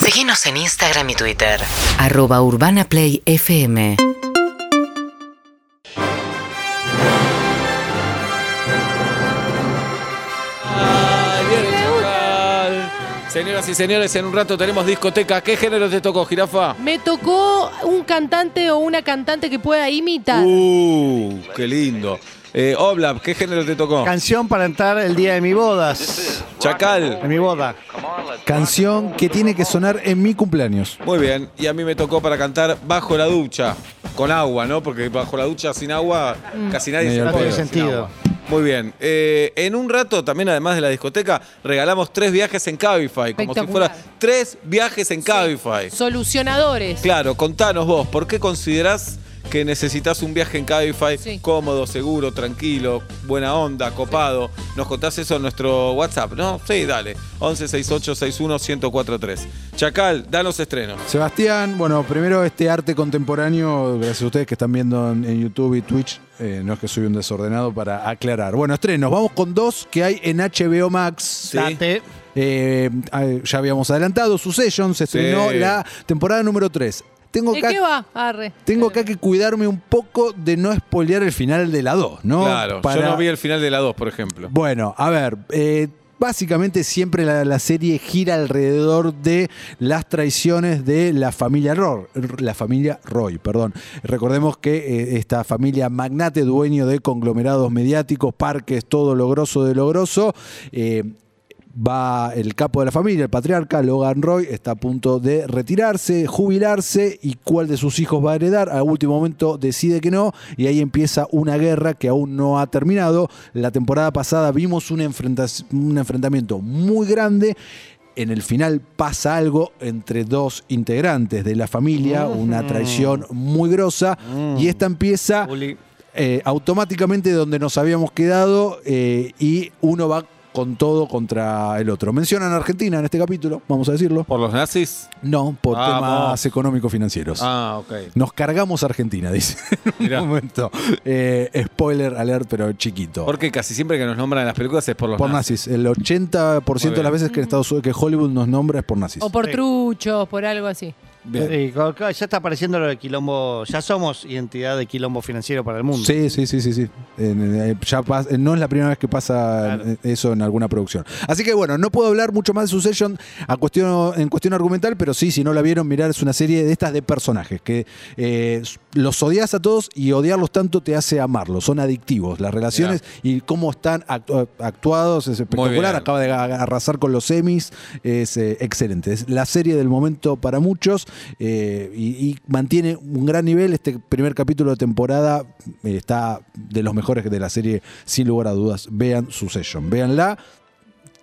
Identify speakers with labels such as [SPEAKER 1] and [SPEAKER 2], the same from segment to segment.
[SPEAKER 1] Seguinos en Instagram y Twitter.
[SPEAKER 2] arroba urbanaplayfm
[SPEAKER 3] Ay, viene el chacal. Señoras y señores, en un rato tenemos discoteca. ¿Qué género te tocó, jirafa?
[SPEAKER 4] Me tocó un cantante o una cantante que pueda imitar.
[SPEAKER 3] Uh, qué lindo. Eh, Oblab, ¿qué género te tocó?
[SPEAKER 5] Canción para entrar el día de mi bodas. De
[SPEAKER 3] Chacal.
[SPEAKER 5] mi boda.
[SPEAKER 6] Canción que tiene que sonar en mi cumpleaños.
[SPEAKER 3] Muy bien. Y a mí me tocó para cantar Bajo la ducha. Con agua, ¿no? Porque bajo la ducha sin agua casi nadie
[SPEAKER 6] Medio
[SPEAKER 3] se
[SPEAKER 5] No
[SPEAKER 6] al
[SPEAKER 3] puede.
[SPEAKER 5] tiene sentido.
[SPEAKER 6] pedo.
[SPEAKER 3] Muy bien. Eh, en un rato, también además de la discoteca, regalamos tres viajes en Cabify. Como si
[SPEAKER 4] Espectacular.
[SPEAKER 3] fuera tres viajes en Cabify.
[SPEAKER 4] Solucionadores.
[SPEAKER 3] Claro, contanos vos, ¿por qué considerás que necesitas un viaje en Cabify
[SPEAKER 4] Sí.
[SPEAKER 3] cómodo, seguro, tranquilo, buena onda, copado? Nos contás eso en nuestro WhatsApp, ¿no? Sí, dale. 11 68 61 1043. Chacal, danos estrenos.
[SPEAKER 6] Sebastián, bueno, primero este arte contemporáneo, gracias a ustedes que están viendo en, en YouTube y Twitch, eh, no es que soy un desordenado para aclarar. Bueno, estrenos, vamos con dos que hay en HBO Max.
[SPEAKER 3] Sí.
[SPEAKER 5] Date.
[SPEAKER 6] Eh, ah, ya habíamos adelantado, Succession se estrenó
[SPEAKER 3] Sí.
[SPEAKER 6] la temporada número 3. Tengo
[SPEAKER 4] ¿De
[SPEAKER 6] acá,
[SPEAKER 4] qué va? Arre.
[SPEAKER 6] tengo acá que cuidarme un poco de no spoilear el final de la 2, ¿no?
[SPEAKER 3] claro, yo
[SPEAKER 6] Para-
[SPEAKER 3] no vi el final de la 2, por ejemplo.
[SPEAKER 6] Bueno, a ver, eh, básicamente siempre la, la serie gira alrededor de las traiciones de la familia Roy, la familia Roy, perdón. Recordemos que eh, esta familia magnate, dueño de conglomerados mediáticos, parques, todo lo grosso de lo grosso, eh, Va el capo de la familia, el patriarca, Logan Roy, está a punto de retirarse, jubilarse y cuál de sus hijos va a heredar. A último momento decide que no y ahí empieza una guerra que aún no ha terminado. La temporada pasada vimos un, enfrenta- un enfrentamiento muy grande. En el final pasa algo entre dos integrantes de la familia, una traición muy grosa y esta empieza eh, automáticamente donde nos habíamos quedado eh, y uno va con todo contra el otro. Mencionan a Argentina en este capítulo, vamos a decirlo.
[SPEAKER 3] ¿Por los nazis?
[SPEAKER 6] No, por
[SPEAKER 3] Vamos.
[SPEAKER 6] temas económico-financieros.
[SPEAKER 3] Ah, ok.
[SPEAKER 6] Nos cargamos a Argentina, dice. en un
[SPEAKER 3] Mirá.
[SPEAKER 6] momento. Eh, spoiler alert, pero chiquito.
[SPEAKER 3] Porque casi siempre que nos nombran en las películas es por los
[SPEAKER 6] por
[SPEAKER 3] nazis.
[SPEAKER 6] nazis. El 80%
[SPEAKER 3] Muy
[SPEAKER 6] de
[SPEAKER 3] bien.
[SPEAKER 6] las veces que, Estados Unidos- que Hollywood nos nombra es por nazis.
[SPEAKER 4] O por
[SPEAKER 5] Sí.
[SPEAKER 4] truchos, por algo así.
[SPEAKER 3] Bien.
[SPEAKER 5] Sí, co- co- ya está apareciendo lo de quilombo. Ya somos identidad de quilombo financiero para el mundo.
[SPEAKER 6] Sí, sí, sí, sí, sí. En- eh, ya pas- eh, no es la primera vez que pasa
[SPEAKER 5] Claro.
[SPEAKER 6] eh, eso en alguna producción. Así que bueno, no puedo hablar mucho más de Succession a cuestión, en cuestión argumental, pero sí, si no la vieron, mirar es una serie de estas de personajes que eh, los odias a todos y odiarlos tanto te hace amarlos. Son adictivos las relaciones y cómo están actu- actuados es espectacular.
[SPEAKER 3] bien.
[SPEAKER 6] Acaba de a- arrasar con los semis, es eh, excelente. Es la serie del momento para muchos eh, y, y mantiene un gran nivel. Este primer capítulo de temporada eh, está de los mejores de la serie, sin lugar a dudas. Vean su session, véanla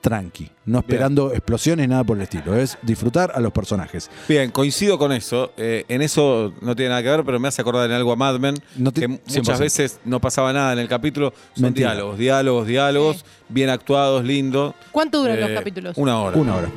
[SPEAKER 6] tranqui, no esperando explosiones, nada por el estilo. Es disfrutar a los personajes.
[SPEAKER 3] Bien, coincido con eso. Eh, en eso no tiene nada que ver, pero me hace acordar en algo a Mad Men,
[SPEAKER 6] No te-
[SPEAKER 3] que mu-
[SPEAKER 6] 100%.
[SPEAKER 3] muchas veces no pasaba nada en el capítulo. Son
[SPEAKER 6] Mentira.
[SPEAKER 3] diálogos, diálogos, diálogos,
[SPEAKER 4] Sí.
[SPEAKER 3] bien actuados, lindo.
[SPEAKER 4] ¿Cuánto duran los
[SPEAKER 3] Eh,
[SPEAKER 4] capítulos?
[SPEAKER 3] Una hora.
[SPEAKER 6] Una hora.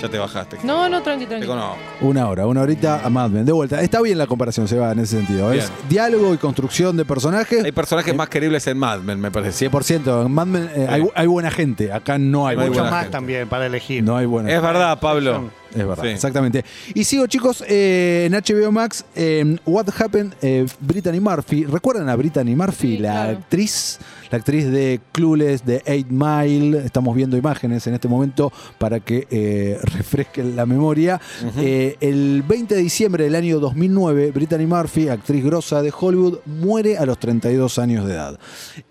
[SPEAKER 3] Ya te bajaste.
[SPEAKER 4] No, no, tranqui,
[SPEAKER 3] Te
[SPEAKER 4] tranqui.
[SPEAKER 3] conozco.
[SPEAKER 6] Una hora, una horita a Mad Men. De vuelta, está bien la comparación, se va en ese sentido. Es
[SPEAKER 3] Bien.
[SPEAKER 6] diálogo y construcción de personajes.
[SPEAKER 3] Hay personajes más queribles en Mad Men, me parece.
[SPEAKER 6] 100%. En Mad Men eh, hay, hay buena gente. Acá no hay,
[SPEAKER 3] No hay
[SPEAKER 6] buena
[SPEAKER 5] Mucho
[SPEAKER 3] buena
[SPEAKER 5] más
[SPEAKER 3] gente.
[SPEAKER 5] también para elegir.
[SPEAKER 6] No hay buena
[SPEAKER 3] Es verdad, Pablo.
[SPEAKER 6] Es verdad,
[SPEAKER 3] Sí.
[SPEAKER 6] exactamente. Y sigo, chicos, eh, en HBO Max, en What Happened, eh, Brittany Murphy. ¿Recuerdan a Brittany Murphy,
[SPEAKER 4] Sí,
[SPEAKER 6] la
[SPEAKER 4] claro.
[SPEAKER 6] actriz? La actriz de Clueless, de Eight Mile. Estamos viendo imágenes en este momento para que eh, refresquen la memoria. Eh, el 20 de diciembre del año 2009, Brittany Murphy, actriz grosa de Hollywood, muere a los 32 años de edad.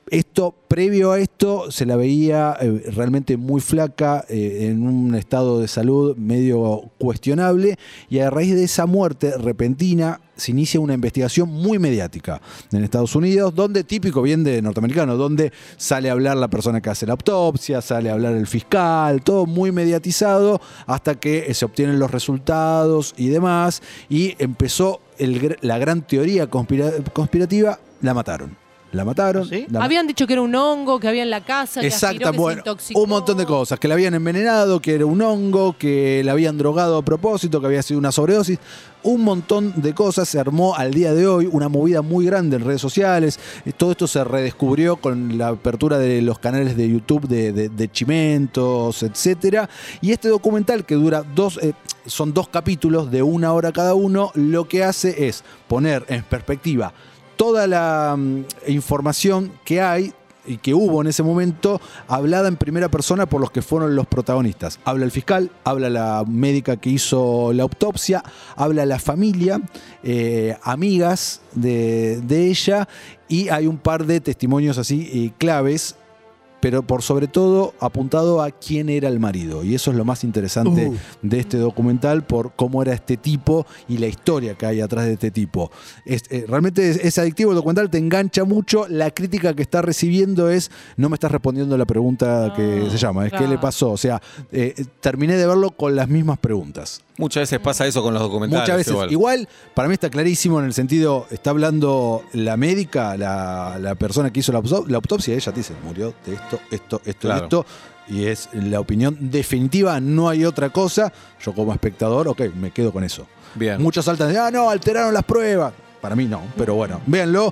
[SPEAKER 6] Esto, previo a esto, se la veía eh, realmente muy flaca, eh, en un estado de salud medio cuestionable, y a raíz de esa muerte repentina se inicia una investigación muy mediática en Estados Unidos, donde, típico bien de norteamericano, donde sale a hablar la persona que hace la autopsia, sale a hablar el fiscal, todo muy mediatizado, hasta que eh, se obtienen los resultados y demás, y empezó el gr- la gran teoría conspira- conspirativa, la mataron. La mataron.
[SPEAKER 5] ¿Sí?
[SPEAKER 6] la-
[SPEAKER 4] Habían dicho que era un hongo, que había en la casa, que aspiró,
[SPEAKER 6] Exacta,
[SPEAKER 4] que se
[SPEAKER 6] bueno,
[SPEAKER 4] intoxicó.
[SPEAKER 6] un montón de cosas, que la habían envenenado, que era un hongo, que la habían drogado a propósito, que había sido una sobredosis, un montón de cosas, se armó al día de hoy una movida muy grande en redes sociales, Eh, todo esto se redescubrió con la apertura de los canales de YouTube de, de- de Chimentos, etcétera, y este documental que dura dos, eh, son dos capítulos de una hora cada uno, lo que hace es poner en perspectiva toda la mm, información que hay y que hubo en ese momento, hablada en primera persona por los que fueron los protagonistas. Habla el fiscal, habla la médica que hizo la autopsia, habla la familia, eh, amigas de, de ella, y hay un par de testimonios así eh, claves, pero por sobre todo apuntado a quién era el marido. Y eso es lo más interesante de este documental, por cómo era este tipo y la historia que hay atrás de este tipo. Es, eh, realmente es, es adictivo el documental, te engancha mucho. La crítica que está recibiendo es, no me estás respondiendo la pregunta que
[SPEAKER 4] Ah,
[SPEAKER 6] se llama, es qué le
[SPEAKER 4] claro.
[SPEAKER 6] pasó. O sea, eh, terminé de verlo con las mismas preguntas.
[SPEAKER 3] Muchas veces pasa eso con los documentales.
[SPEAKER 6] Muchas veces. Igual. para mí está clarísimo en el sentido, está hablando la médica, la, la persona que hizo la, auto- la autopsia, ella te dice, murió de esto, esto, esto,
[SPEAKER 3] Claro.
[SPEAKER 6] y esto. Y es la opinión definitiva, no hay otra cosa. Yo como espectador, ok, me quedo con eso.
[SPEAKER 3] Bien.
[SPEAKER 6] Muchos saltan, ah, no, alteraron las pruebas. Para mí no, pero bueno, véanlo.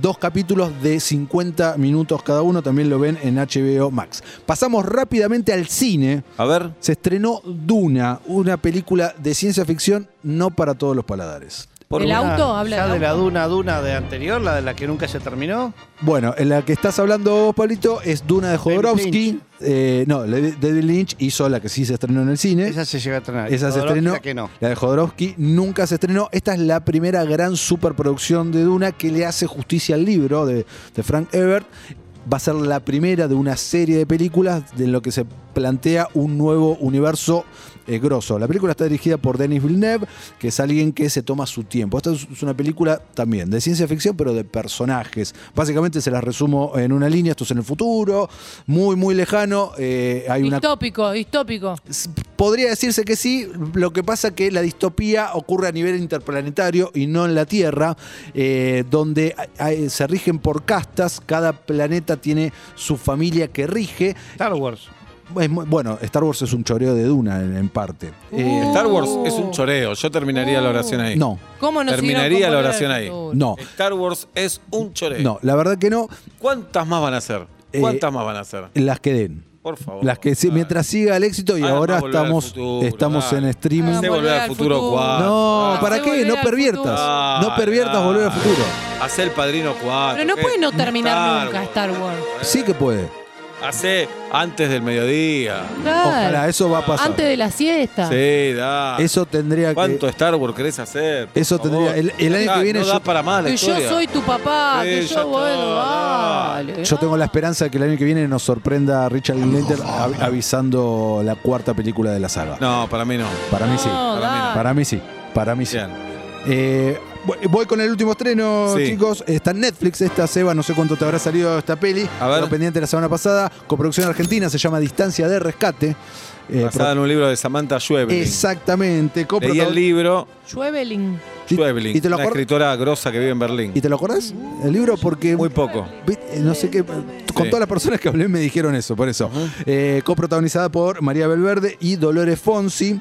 [SPEAKER 6] Dos capítulos de 50 minutos cada uno, también lo ven en HBO Max. Pasamos rápidamente al cine.
[SPEAKER 3] A ver,
[SPEAKER 6] Se estrenó Duna, una película de ciencia ficción no para todos los paladares.
[SPEAKER 3] por
[SPEAKER 4] El
[SPEAKER 3] una-
[SPEAKER 4] auto habla
[SPEAKER 5] ya
[SPEAKER 4] del
[SPEAKER 5] de la
[SPEAKER 4] auto.
[SPEAKER 5] duna duna de anterior, la de la que nunca se terminó.
[SPEAKER 6] Bueno, en la que estás hablando vos, Pablito, es Duna de Jodorowsky.
[SPEAKER 5] Lynch.
[SPEAKER 6] Eh, no, la de- David Lynch hizo la que sí se estrenó en el cine.
[SPEAKER 5] Esa se llega a estrenar.
[SPEAKER 6] Esa se
[SPEAKER 5] Jodorowsky,
[SPEAKER 6] estrenó.
[SPEAKER 5] la que no.
[SPEAKER 6] La de Jodorowsky nunca se estrenó. Esta es la primera gran superproducción de Duna que le hace justicia al libro de, de Frank Ebert. Va a ser la primera de una serie de películas de lo que se plantea un nuevo universo eh, grosso. La película está dirigida por Denis Villeneuve, que es alguien que se toma su tiempo. Esta es es una película también de ciencia ficción, pero de personajes. Básicamente se las resumo en una línea. Esto es en el futuro, muy, muy lejano. Eh, hay una
[SPEAKER 4] Distópico, distópico.
[SPEAKER 6] S- Podría decirse que sí, lo que pasa que la distopía ocurre a nivel interplanetario y no en la Tierra, eh, donde a- a- se rigen por castas, cada planeta tiene su familia que rige.
[SPEAKER 5] Star Wars.
[SPEAKER 6] Es muy- bueno, Star Wars es un choreo de duna en, en parte.
[SPEAKER 3] Uh.
[SPEAKER 6] Eh,
[SPEAKER 3] Star Wars es un choreo. Yo terminaría la oración ahí.
[SPEAKER 6] no,
[SPEAKER 4] ¿Cómo no se dieron
[SPEAKER 3] Terminaría
[SPEAKER 4] cuenta
[SPEAKER 3] la
[SPEAKER 4] de
[SPEAKER 3] oración
[SPEAKER 4] eso?
[SPEAKER 3] ahí.
[SPEAKER 6] no,
[SPEAKER 3] Star Wars es un choreo.
[SPEAKER 6] no, la verdad que no,
[SPEAKER 3] ¿Cuántas más van a hacer?
[SPEAKER 6] Eh,
[SPEAKER 3] ¿Cuántas más van a hacer?
[SPEAKER 6] las que den.
[SPEAKER 3] Por favor. Ah.
[SPEAKER 6] Las que sí,
[SPEAKER 3] dale.
[SPEAKER 6] mientras siga el éxito y
[SPEAKER 3] Hagan
[SPEAKER 6] ahora
[SPEAKER 3] más Ah, Volver al
[SPEAKER 6] estamos,
[SPEAKER 3] Futuro,
[SPEAKER 6] estamos
[SPEAKER 3] dale. Ah,
[SPEAKER 6] en streaming.
[SPEAKER 3] Hacé volver al futuro cuatro.
[SPEAKER 6] No,
[SPEAKER 3] Ah,
[SPEAKER 6] ¿para
[SPEAKER 4] Hacé
[SPEAKER 6] qué?
[SPEAKER 4] Volver
[SPEAKER 6] No
[SPEAKER 4] al
[SPEAKER 6] perviertas.
[SPEAKER 4] Futuro.
[SPEAKER 6] No perviertas volver al futuro.
[SPEAKER 3] Hacé el padrino 4.
[SPEAKER 4] Pero no puede no terminar nunca Star Wars.
[SPEAKER 6] Sí que puede.
[SPEAKER 3] Hacé antes del mediodía.
[SPEAKER 4] Claro.
[SPEAKER 6] Ojalá, eso va a pasar.
[SPEAKER 4] Antes de la siesta.
[SPEAKER 3] Sí, da.
[SPEAKER 6] Eso tendría
[SPEAKER 3] ¿Cuánto
[SPEAKER 6] que.
[SPEAKER 3] Star Wars querés hacer? Por
[SPEAKER 6] Eso
[SPEAKER 3] favor.
[SPEAKER 6] tendría- el- el año
[SPEAKER 3] Ya,
[SPEAKER 6] que viene
[SPEAKER 3] no da
[SPEAKER 6] yo-
[SPEAKER 3] para más la
[SPEAKER 4] Que yo
[SPEAKER 3] historia.
[SPEAKER 4] soy tu papá,
[SPEAKER 3] Sí,
[SPEAKER 4] que
[SPEAKER 3] ya
[SPEAKER 4] yo,
[SPEAKER 3] está,
[SPEAKER 4] bueno,
[SPEAKER 3] dale.
[SPEAKER 4] vale.
[SPEAKER 6] Yo tengo la esperanza de que el año que viene nos sorprenda a Richard Linklater av- avisando la cuarta película de la saga.
[SPEAKER 3] No, para mí no.
[SPEAKER 6] Para mí sí.
[SPEAKER 4] No,
[SPEAKER 3] para mí no.
[SPEAKER 4] dale.
[SPEAKER 6] Para mí sí. Para mí sí.
[SPEAKER 3] Bien.
[SPEAKER 6] Eh, voy- voy con el último estreno,
[SPEAKER 3] Sí.
[SPEAKER 6] chicos. Está en Netflix esta Seba, no sé cuánto te habrá salido esta peli.
[SPEAKER 3] A ver.
[SPEAKER 6] Quedó pendiente la semana pasada. Coproducción argentina, se llama Distancia de Rescate. Eh,
[SPEAKER 3] Basada en un libro de Samantha
[SPEAKER 6] pro-
[SPEAKER 3] Schweblin.
[SPEAKER 6] Exactamente.
[SPEAKER 3] Leí el
[SPEAKER 6] Coprotagon-
[SPEAKER 3] libro
[SPEAKER 4] Schwebeling.
[SPEAKER 3] Schweblin,
[SPEAKER 6] ¿Y te lo
[SPEAKER 3] una
[SPEAKER 6] acor-
[SPEAKER 3] escritora grosa que vive en Berlín.
[SPEAKER 6] ¿Y te lo acordás? El libro porque
[SPEAKER 3] Muy poco.
[SPEAKER 6] Vi- eh, No sé qué. Con todas las personas que hablé me dijeron eso, por eso. Eh, coprotagonizada por María Belverde y Dolores Fonsi.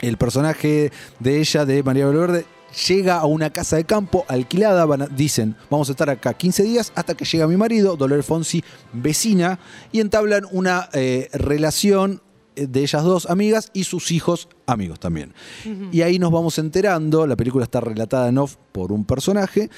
[SPEAKER 6] El personaje de ella, de María Belverde, llega a una casa de campo alquilada. van a- dicen, vamos a estar acá 15 días hasta que llega mi marido, Dolores Fonsi, vecina, y entablan una eh, relación eh, de ellas dos amigas y sus hijos amigos también. Y ahí nos vamos enterando, la película está relatada en off por un personaje,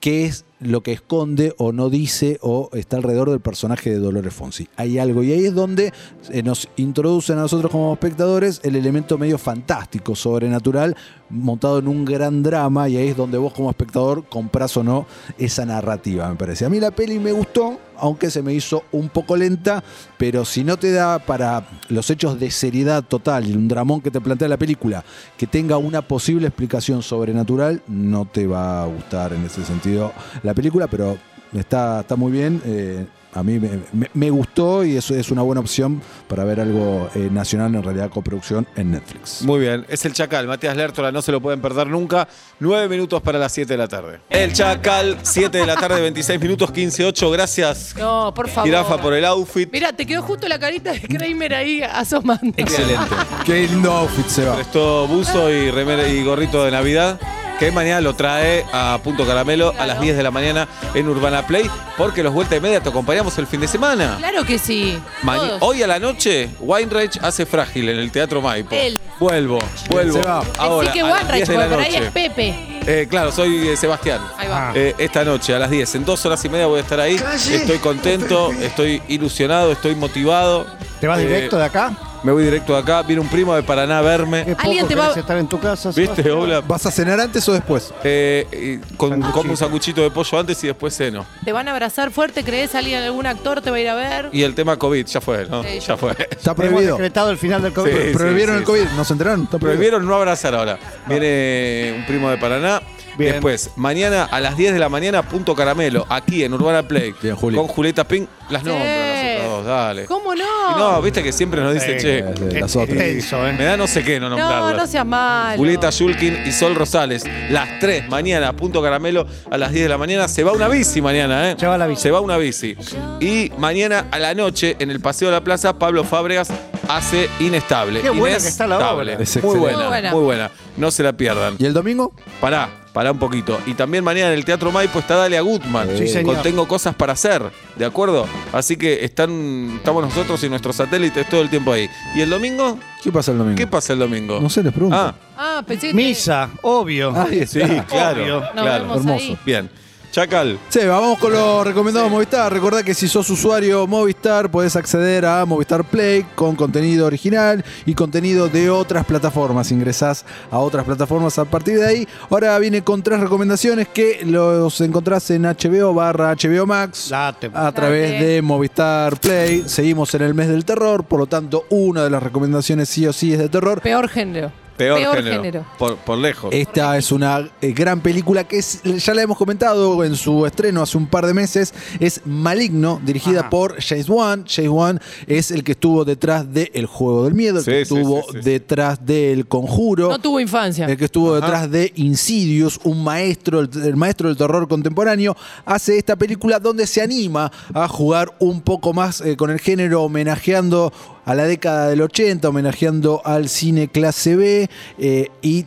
[SPEAKER 6] qué es lo que esconde o no dice o está alrededor del personaje de Dolores Fonsi. Hay algo y ahí es donde eh, nos introducen a nosotros como espectadores el elemento medio fantástico, sobrenatural, montado en un gran drama y ahí es donde vos como espectador compras o no esa narrativa, me parece. A mí la peli me gustó, aunque se me hizo un poco lenta, pero si no te da para los hechos de seriedad total y un dramón que te plantea la película, que tenga una posible explicación sobrenatural, no te va a gustar en ese sentido la película, pero Está, está muy bien. eh, a mí me, me- me gustó y eso es una buena opción para ver algo eh, nacional, en realidad coproducción, en Netflix.
[SPEAKER 3] Muy bien, es el Chacal, Matías Lertora, no se lo pueden perder nunca. 9 minutos para las 7 de la tarde. El Chacal, 7 de la tarde, 26 minutos, 15, 8. Gracias,
[SPEAKER 4] No, por favor.
[SPEAKER 3] Jirafa, por el outfit.
[SPEAKER 4] Mira, te quedó justo la carita de Kramer ahí asomando.
[SPEAKER 3] Excelente.
[SPEAKER 6] Qué lindo outfit se va.
[SPEAKER 3] Prestó buzo y, remera y gorrito de Navidad. Que mañana lo trae a Punto Caramelo a las 10 de la mañana en Urbana Play, porque los vuelta y media te acompañamos el fin de semana.
[SPEAKER 4] Claro que sí.
[SPEAKER 3] Maña-
[SPEAKER 4] Todos.
[SPEAKER 3] hoy a la noche, Weinreich hace frágil en el Teatro Maipo.
[SPEAKER 4] Él.
[SPEAKER 3] Vuelvo, vuelvo.
[SPEAKER 6] Se va.
[SPEAKER 3] Oh, Ahora,
[SPEAKER 4] Así que
[SPEAKER 3] a las 10
[SPEAKER 4] Wanrach,
[SPEAKER 3] de
[SPEAKER 4] porque
[SPEAKER 3] la
[SPEAKER 4] por ahí
[SPEAKER 3] noche.
[SPEAKER 4] es Pepe.
[SPEAKER 3] Eh, claro, soy eh, Sebastián.
[SPEAKER 4] Ahí va.
[SPEAKER 3] Eh, esta noche a las 10, en dos horas y media voy a estar ahí. Estoy contento, estoy ilusionado, estoy motivado.
[SPEAKER 5] ¿Te vas
[SPEAKER 3] Eh,
[SPEAKER 5] directo de acá?
[SPEAKER 3] Me voy directo de acá. Viene un primo de Paraná a verme.
[SPEAKER 5] ¿Qué poco
[SPEAKER 4] Alguien te va-
[SPEAKER 5] querés estar en tu casa?
[SPEAKER 3] ¿Viste,
[SPEAKER 5] Sebastián?
[SPEAKER 3] hola?
[SPEAKER 6] ¿Vas a cenar antes o después?
[SPEAKER 3] Eh, y con, como un sanguchito de pollo antes y después ceno.
[SPEAKER 4] Te van a abrazar fuerte, crees salir algún actor, te va a ir a ver.
[SPEAKER 3] Y el tema COVID, ya fue, ¿no?
[SPEAKER 4] Sí,
[SPEAKER 3] Ya fue.
[SPEAKER 6] Está
[SPEAKER 5] Hemos
[SPEAKER 6] prohibido.
[SPEAKER 5] decretado el final del COVID.
[SPEAKER 3] Sí.
[SPEAKER 6] Prohibieron
[SPEAKER 3] sí,
[SPEAKER 6] el COVID. ¿No se enteraron? Está prohibido.
[SPEAKER 3] Prohibieron no abrazar ahora. Viene un primo de Paraná.
[SPEAKER 5] Ah. Bien.
[SPEAKER 3] Después, mañana a las 10 de la mañana, punto caramelo, aquí en Urbana Play.
[SPEAKER 6] Bien, Juli.
[SPEAKER 3] Con Julieta Pink. Las
[SPEAKER 4] Sí.
[SPEAKER 3] nombro a nosotros dos, dale.
[SPEAKER 4] ¿Cómo
[SPEAKER 3] Y
[SPEAKER 4] no?
[SPEAKER 3] no, viste que siempre nos dice,
[SPEAKER 5] Sí.
[SPEAKER 3] che,
[SPEAKER 6] Eh, Las otras.
[SPEAKER 5] Tenso, ¿eh?
[SPEAKER 3] me da no sé qué no
[SPEAKER 4] no,
[SPEAKER 3] nombrarlas.
[SPEAKER 4] no seas malo.
[SPEAKER 3] Julieta Yulkin y Sol Rosales. Las 3 mañana, punto caramelo, a las 10 de la mañana. Se va una bici mañana, ¿eh?
[SPEAKER 5] Se va la bici.
[SPEAKER 3] Se va una bici. Y mañana a la noche, en el Paseo de la Plaza, Pablo Fábregas hace Inestable.
[SPEAKER 5] Qué buena que está la
[SPEAKER 3] Inestable.
[SPEAKER 5] obra.
[SPEAKER 6] Es
[SPEAKER 3] Muy
[SPEAKER 6] excelente.
[SPEAKER 3] buena,
[SPEAKER 4] Muy buena.
[SPEAKER 3] muy buena. No se la pierdan.
[SPEAKER 6] ¿Y el domingo?
[SPEAKER 3] Pará, pará un poquito. Y también mañana en el Teatro Maipo está Dalia Gutman.
[SPEAKER 5] Sí, señor.
[SPEAKER 3] Con Tengo cosas para hacer, ¿de acuerdo? Así que están, estamos nosotros y nuestros satélites todo el tiempo ahí. ¿Y el domingo?
[SPEAKER 6] ¿Qué pasa el domingo?
[SPEAKER 3] ¿Qué pasa el domingo?
[SPEAKER 6] No sé, les pregunto. Ah,
[SPEAKER 3] Ah,
[SPEAKER 4] Ah, pensé que.
[SPEAKER 5] Misa, obvio.
[SPEAKER 6] Ahí
[SPEAKER 3] sí,
[SPEAKER 6] está.
[SPEAKER 3] claro.
[SPEAKER 5] Obvio.
[SPEAKER 4] Nos
[SPEAKER 3] claro.
[SPEAKER 4] vemos
[SPEAKER 6] hermoso.
[SPEAKER 4] ahí.
[SPEAKER 3] Bien. Chacal.
[SPEAKER 6] Sí, vamos con los recomendados Movistar. Recordá que si sos usuario Movistar, podés acceder a Movistar Play con contenido original y contenido de otras plataformas. Ingresás a otras plataformas a partir de ahí. Ahora viene con tres recomendaciones que los encontrás en HBO barra HBO Max.
[SPEAKER 5] Late.
[SPEAKER 6] A través
[SPEAKER 4] Dale.
[SPEAKER 6] de Movistar Play. Seguimos en el mes del terror, por lo tanto, una de las recomendaciones sí o sí es de terror.
[SPEAKER 4] Peor género.
[SPEAKER 3] Peor, género.
[SPEAKER 4] género.
[SPEAKER 3] Por, por lejos.
[SPEAKER 6] Esta es una eh, gran película que es- ya la hemos comentado en su estreno hace un par de meses. Es Maligno, dirigida
[SPEAKER 5] Ajá.
[SPEAKER 6] por James Wan. James Wan es el que estuvo detrás de El Juego del Miedo, el
[SPEAKER 3] Sí,
[SPEAKER 6] que
[SPEAKER 3] sí,
[SPEAKER 6] estuvo
[SPEAKER 3] sí, sí, sí.
[SPEAKER 6] detrás de El Conjuro.
[SPEAKER 4] No tuvo infancia.
[SPEAKER 6] El que estuvo detrás de Insidious, un maestro, el, el maestro del terror contemporáneo, hace esta película donde se anima a jugar un poco más eh, con el género, homenajeando a la década del 80, homenajeando al cine clase B eh, y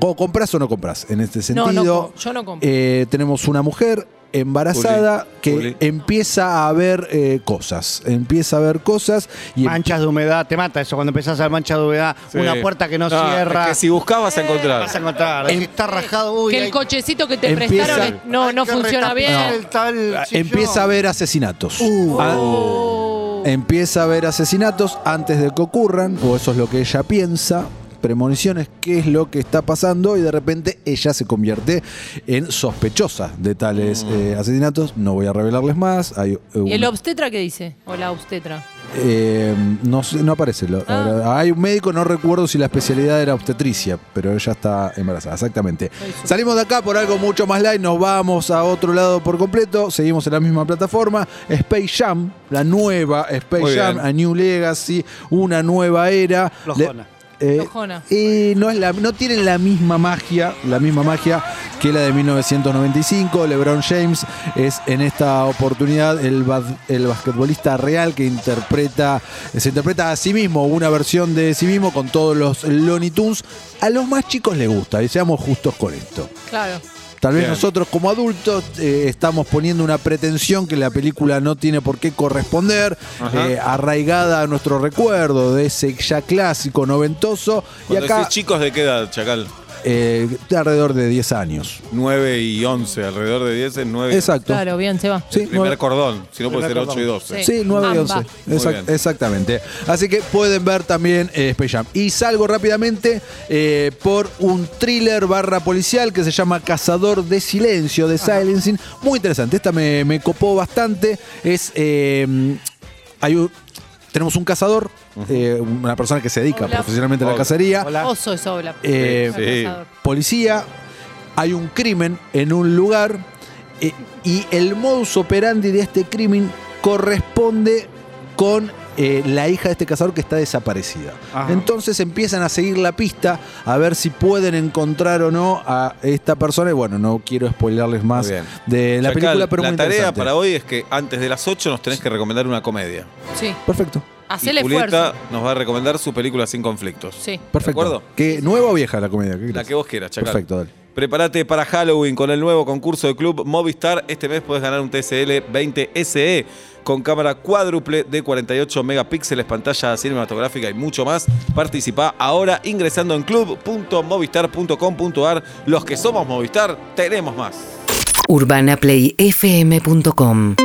[SPEAKER 6] o compras o no compras en este
[SPEAKER 4] no,
[SPEAKER 6] sentido.
[SPEAKER 4] no, com- yo no compro.
[SPEAKER 6] Eh, tenemos una mujer embarazada
[SPEAKER 3] Juli,
[SPEAKER 6] que
[SPEAKER 3] Juli.
[SPEAKER 6] empieza a ver eh, cosas, empieza a ver cosas y
[SPEAKER 5] Manchas de humedad, te mata eso cuando empezás a ver manchas de humedad,
[SPEAKER 3] Sí.
[SPEAKER 5] una puerta que no,
[SPEAKER 3] Ah,
[SPEAKER 5] cierra.
[SPEAKER 3] es que Em si buscabas
[SPEAKER 4] Eh,
[SPEAKER 3] a encontrar.
[SPEAKER 5] vas a encontrar. Si está rajado, uy,
[SPEAKER 4] que
[SPEAKER 5] hay-
[SPEAKER 4] el cochecito que te
[SPEAKER 6] empieza-
[SPEAKER 4] prestaron es- no,
[SPEAKER 5] hay
[SPEAKER 4] no
[SPEAKER 5] que
[SPEAKER 4] funciona
[SPEAKER 5] retapizar
[SPEAKER 4] bien.
[SPEAKER 5] el tal sillón.
[SPEAKER 6] empieza a ver asesinatos.
[SPEAKER 4] Uh,
[SPEAKER 6] Ah,
[SPEAKER 4] Oh.
[SPEAKER 6] Empieza a ver asesinatos antes de que ocurran, o eso es lo que ella piensa, premoniciones, qué es lo que está pasando, y de repente ella se convierte en sospechosa de tales eh, asesinatos. No voy a revelarles más. Hay, eh,
[SPEAKER 4] Mm. ¿Y el
[SPEAKER 6] un-
[SPEAKER 4] obstetra qué dice? O la obstetra.
[SPEAKER 6] eh, no, sé- no aparece. lo-
[SPEAKER 4] Ah.
[SPEAKER 6] ahora, hay un médico, no recuerdo si la especialidad era obstetricia, pero ella está embarazada, exactamente. Salimos de acá por algo mucho más light, nos vamos a otro lado por completo, seguimos en la misma plataforma. Space Jam, la nueva Space
[SPEAKER 3] Muy
[SPEAKER 6] Jam,
[SPEAKER 3] bien.
[SPEAKER 6] a New Legacy, una nueva era.
[SPEAKER 5] Flojona.
[SPEAKER 6] Le- eh,
[SPEAKER 4] Flojona.
[SPEAKER 6] y no, es la, no tienen la misma magia, la misma magia que la de 1995. LeBron James es en esta oportunidad el, bas- el basquetbolista real que interpreta, se interpreta a sí mismo, una versión de sí mismo con todos los Looney Tunes. A los más chicos les gusta, y seamos justos con esto.
[SPEAKER 4] Claro.
[SPEAKER 6] Tal vez
[SPEAKER 3] Bien.
[SPEAKER 6] nosotros como adultos eh, estamos poniendo una pretensión que la película no tiene por qué corresponder,
[SPEAKER 3] Ajá.
[SPEAKER 6] eh, arraigada a nuestro recuerdo de ese ya clásico noventoso.
[SPEAKER 3] Cuando
[SPEAKER 6] y acá
[SPEAKER 3] decís chicos, ¿de qué edad, Chacal?
[SPEAKER 6] eh, de alrededor de 10 años.
[SPEAKER 3] 9 y 11, alrededor de 10 es 9.
[SPEAKER 6] Exacto.
[SPEAKER 4] Claro, bien, se va.
[SPEAKER 6] Sí,
[SPEAKER 3] Primer
[SPEAKER 6] nueve-
[SPEAKER 3] cordón, si no puede ser
[SPEAKER 5] Primer
[SPEAKER 3] 8 y
[SPEAKER 5] cordón.
[SPEAKER 3] 12.
[SPEAKER 6] Sí, 9 y
[SPEAKER 4] Ambas.
[SPEAKER 6] 11.
[SPEAKER 3] Muy
[SPEAKER 6] Exact-
[SPEAKER 3] bien.
[SPEAKER 6] exactamente. Así que pueden ver también eh, Space Jam. Y salgo rápidamente eh, por un thriller barra policial que se llama Cazador de Silencio, de Silencing. Muy interesante. Esta me, me copó bastante. Es. eh, hay un- tenemos un cazador, eh, una persona que se dedica
[SPEAKER 4] Hola.
[SPEAKER 6] profesionalmente a la
[SPEAKER 3] Hola.
[SPEAKER 6] cacería.
[SPEAKER 5] Hola.
[SPEAKER 4] Oso es obla.
[SPEAKER 6] Eh,
[SPEAKER 3] Sí.
[SPEAKER 4] Cazador.
[SPEAKER 6] policía, hay un crimen en un lugar Eh, y el modus operandi de este crimen corresponde con eh, la hija de este cazador que está desaparecida.
[SPEAKER 5] Ajá.
[SPEAKER 6] Entonces empiezan a seguir la pista a ver si pueden encontrar o no a esta persona. Y bueno, no quiero spoilerles más
[SPEAKER 3] Muy bien.
[SPEAKER 6] de la
[SPEAKER 3] Chacal,
[SPEAKER 6] película, pero muy
[SPEAKER 3] La tarea
[SPEAKER 6] interesante.
[SPEAKER 3] para hoy es que antes de las 8 nos tenés que recomendar una comedia.
[SPEAKER 4] Sí.
[SPEAKER 6] Perfecto,
[SPEAKER 4] Hacé
[SPEAKER 3] y
[SPEAKER 4] el
[SPEAKER 3] Julieta
[SPEAKER 4] esfuerzo.
[SPEAKER 3] nos va a recomendar su película sin conflictos.
[SPEAKER 4] Sí.
[SPEAKER 6] perfecto.
[SPEAKER 3] acuerdo?
[SPEAKER 6] ¿Qué, ¿Nueva o vieja la comedia? ¿Qué
[SPEAKER 3] La
[SPEAKER 6] crees?
[SPEAKER 3] que vos quieras, Chacal.
[SPEAKER 6] Perfecto, dale.
[SPEAKER 3] Prepárate para Halloween con el nuevo concurso de club Movistar. Este mes puedes ganar un TSL 20 SE E con cámara cuádruple de 48 megapíxeles, pantalla cinematográfica y mucho más. Participa ahora ingresando en club.movistar.com.ar. Los que somos Movistar, tenemos más.
[SPEAKER 2] urbanaplayfm.com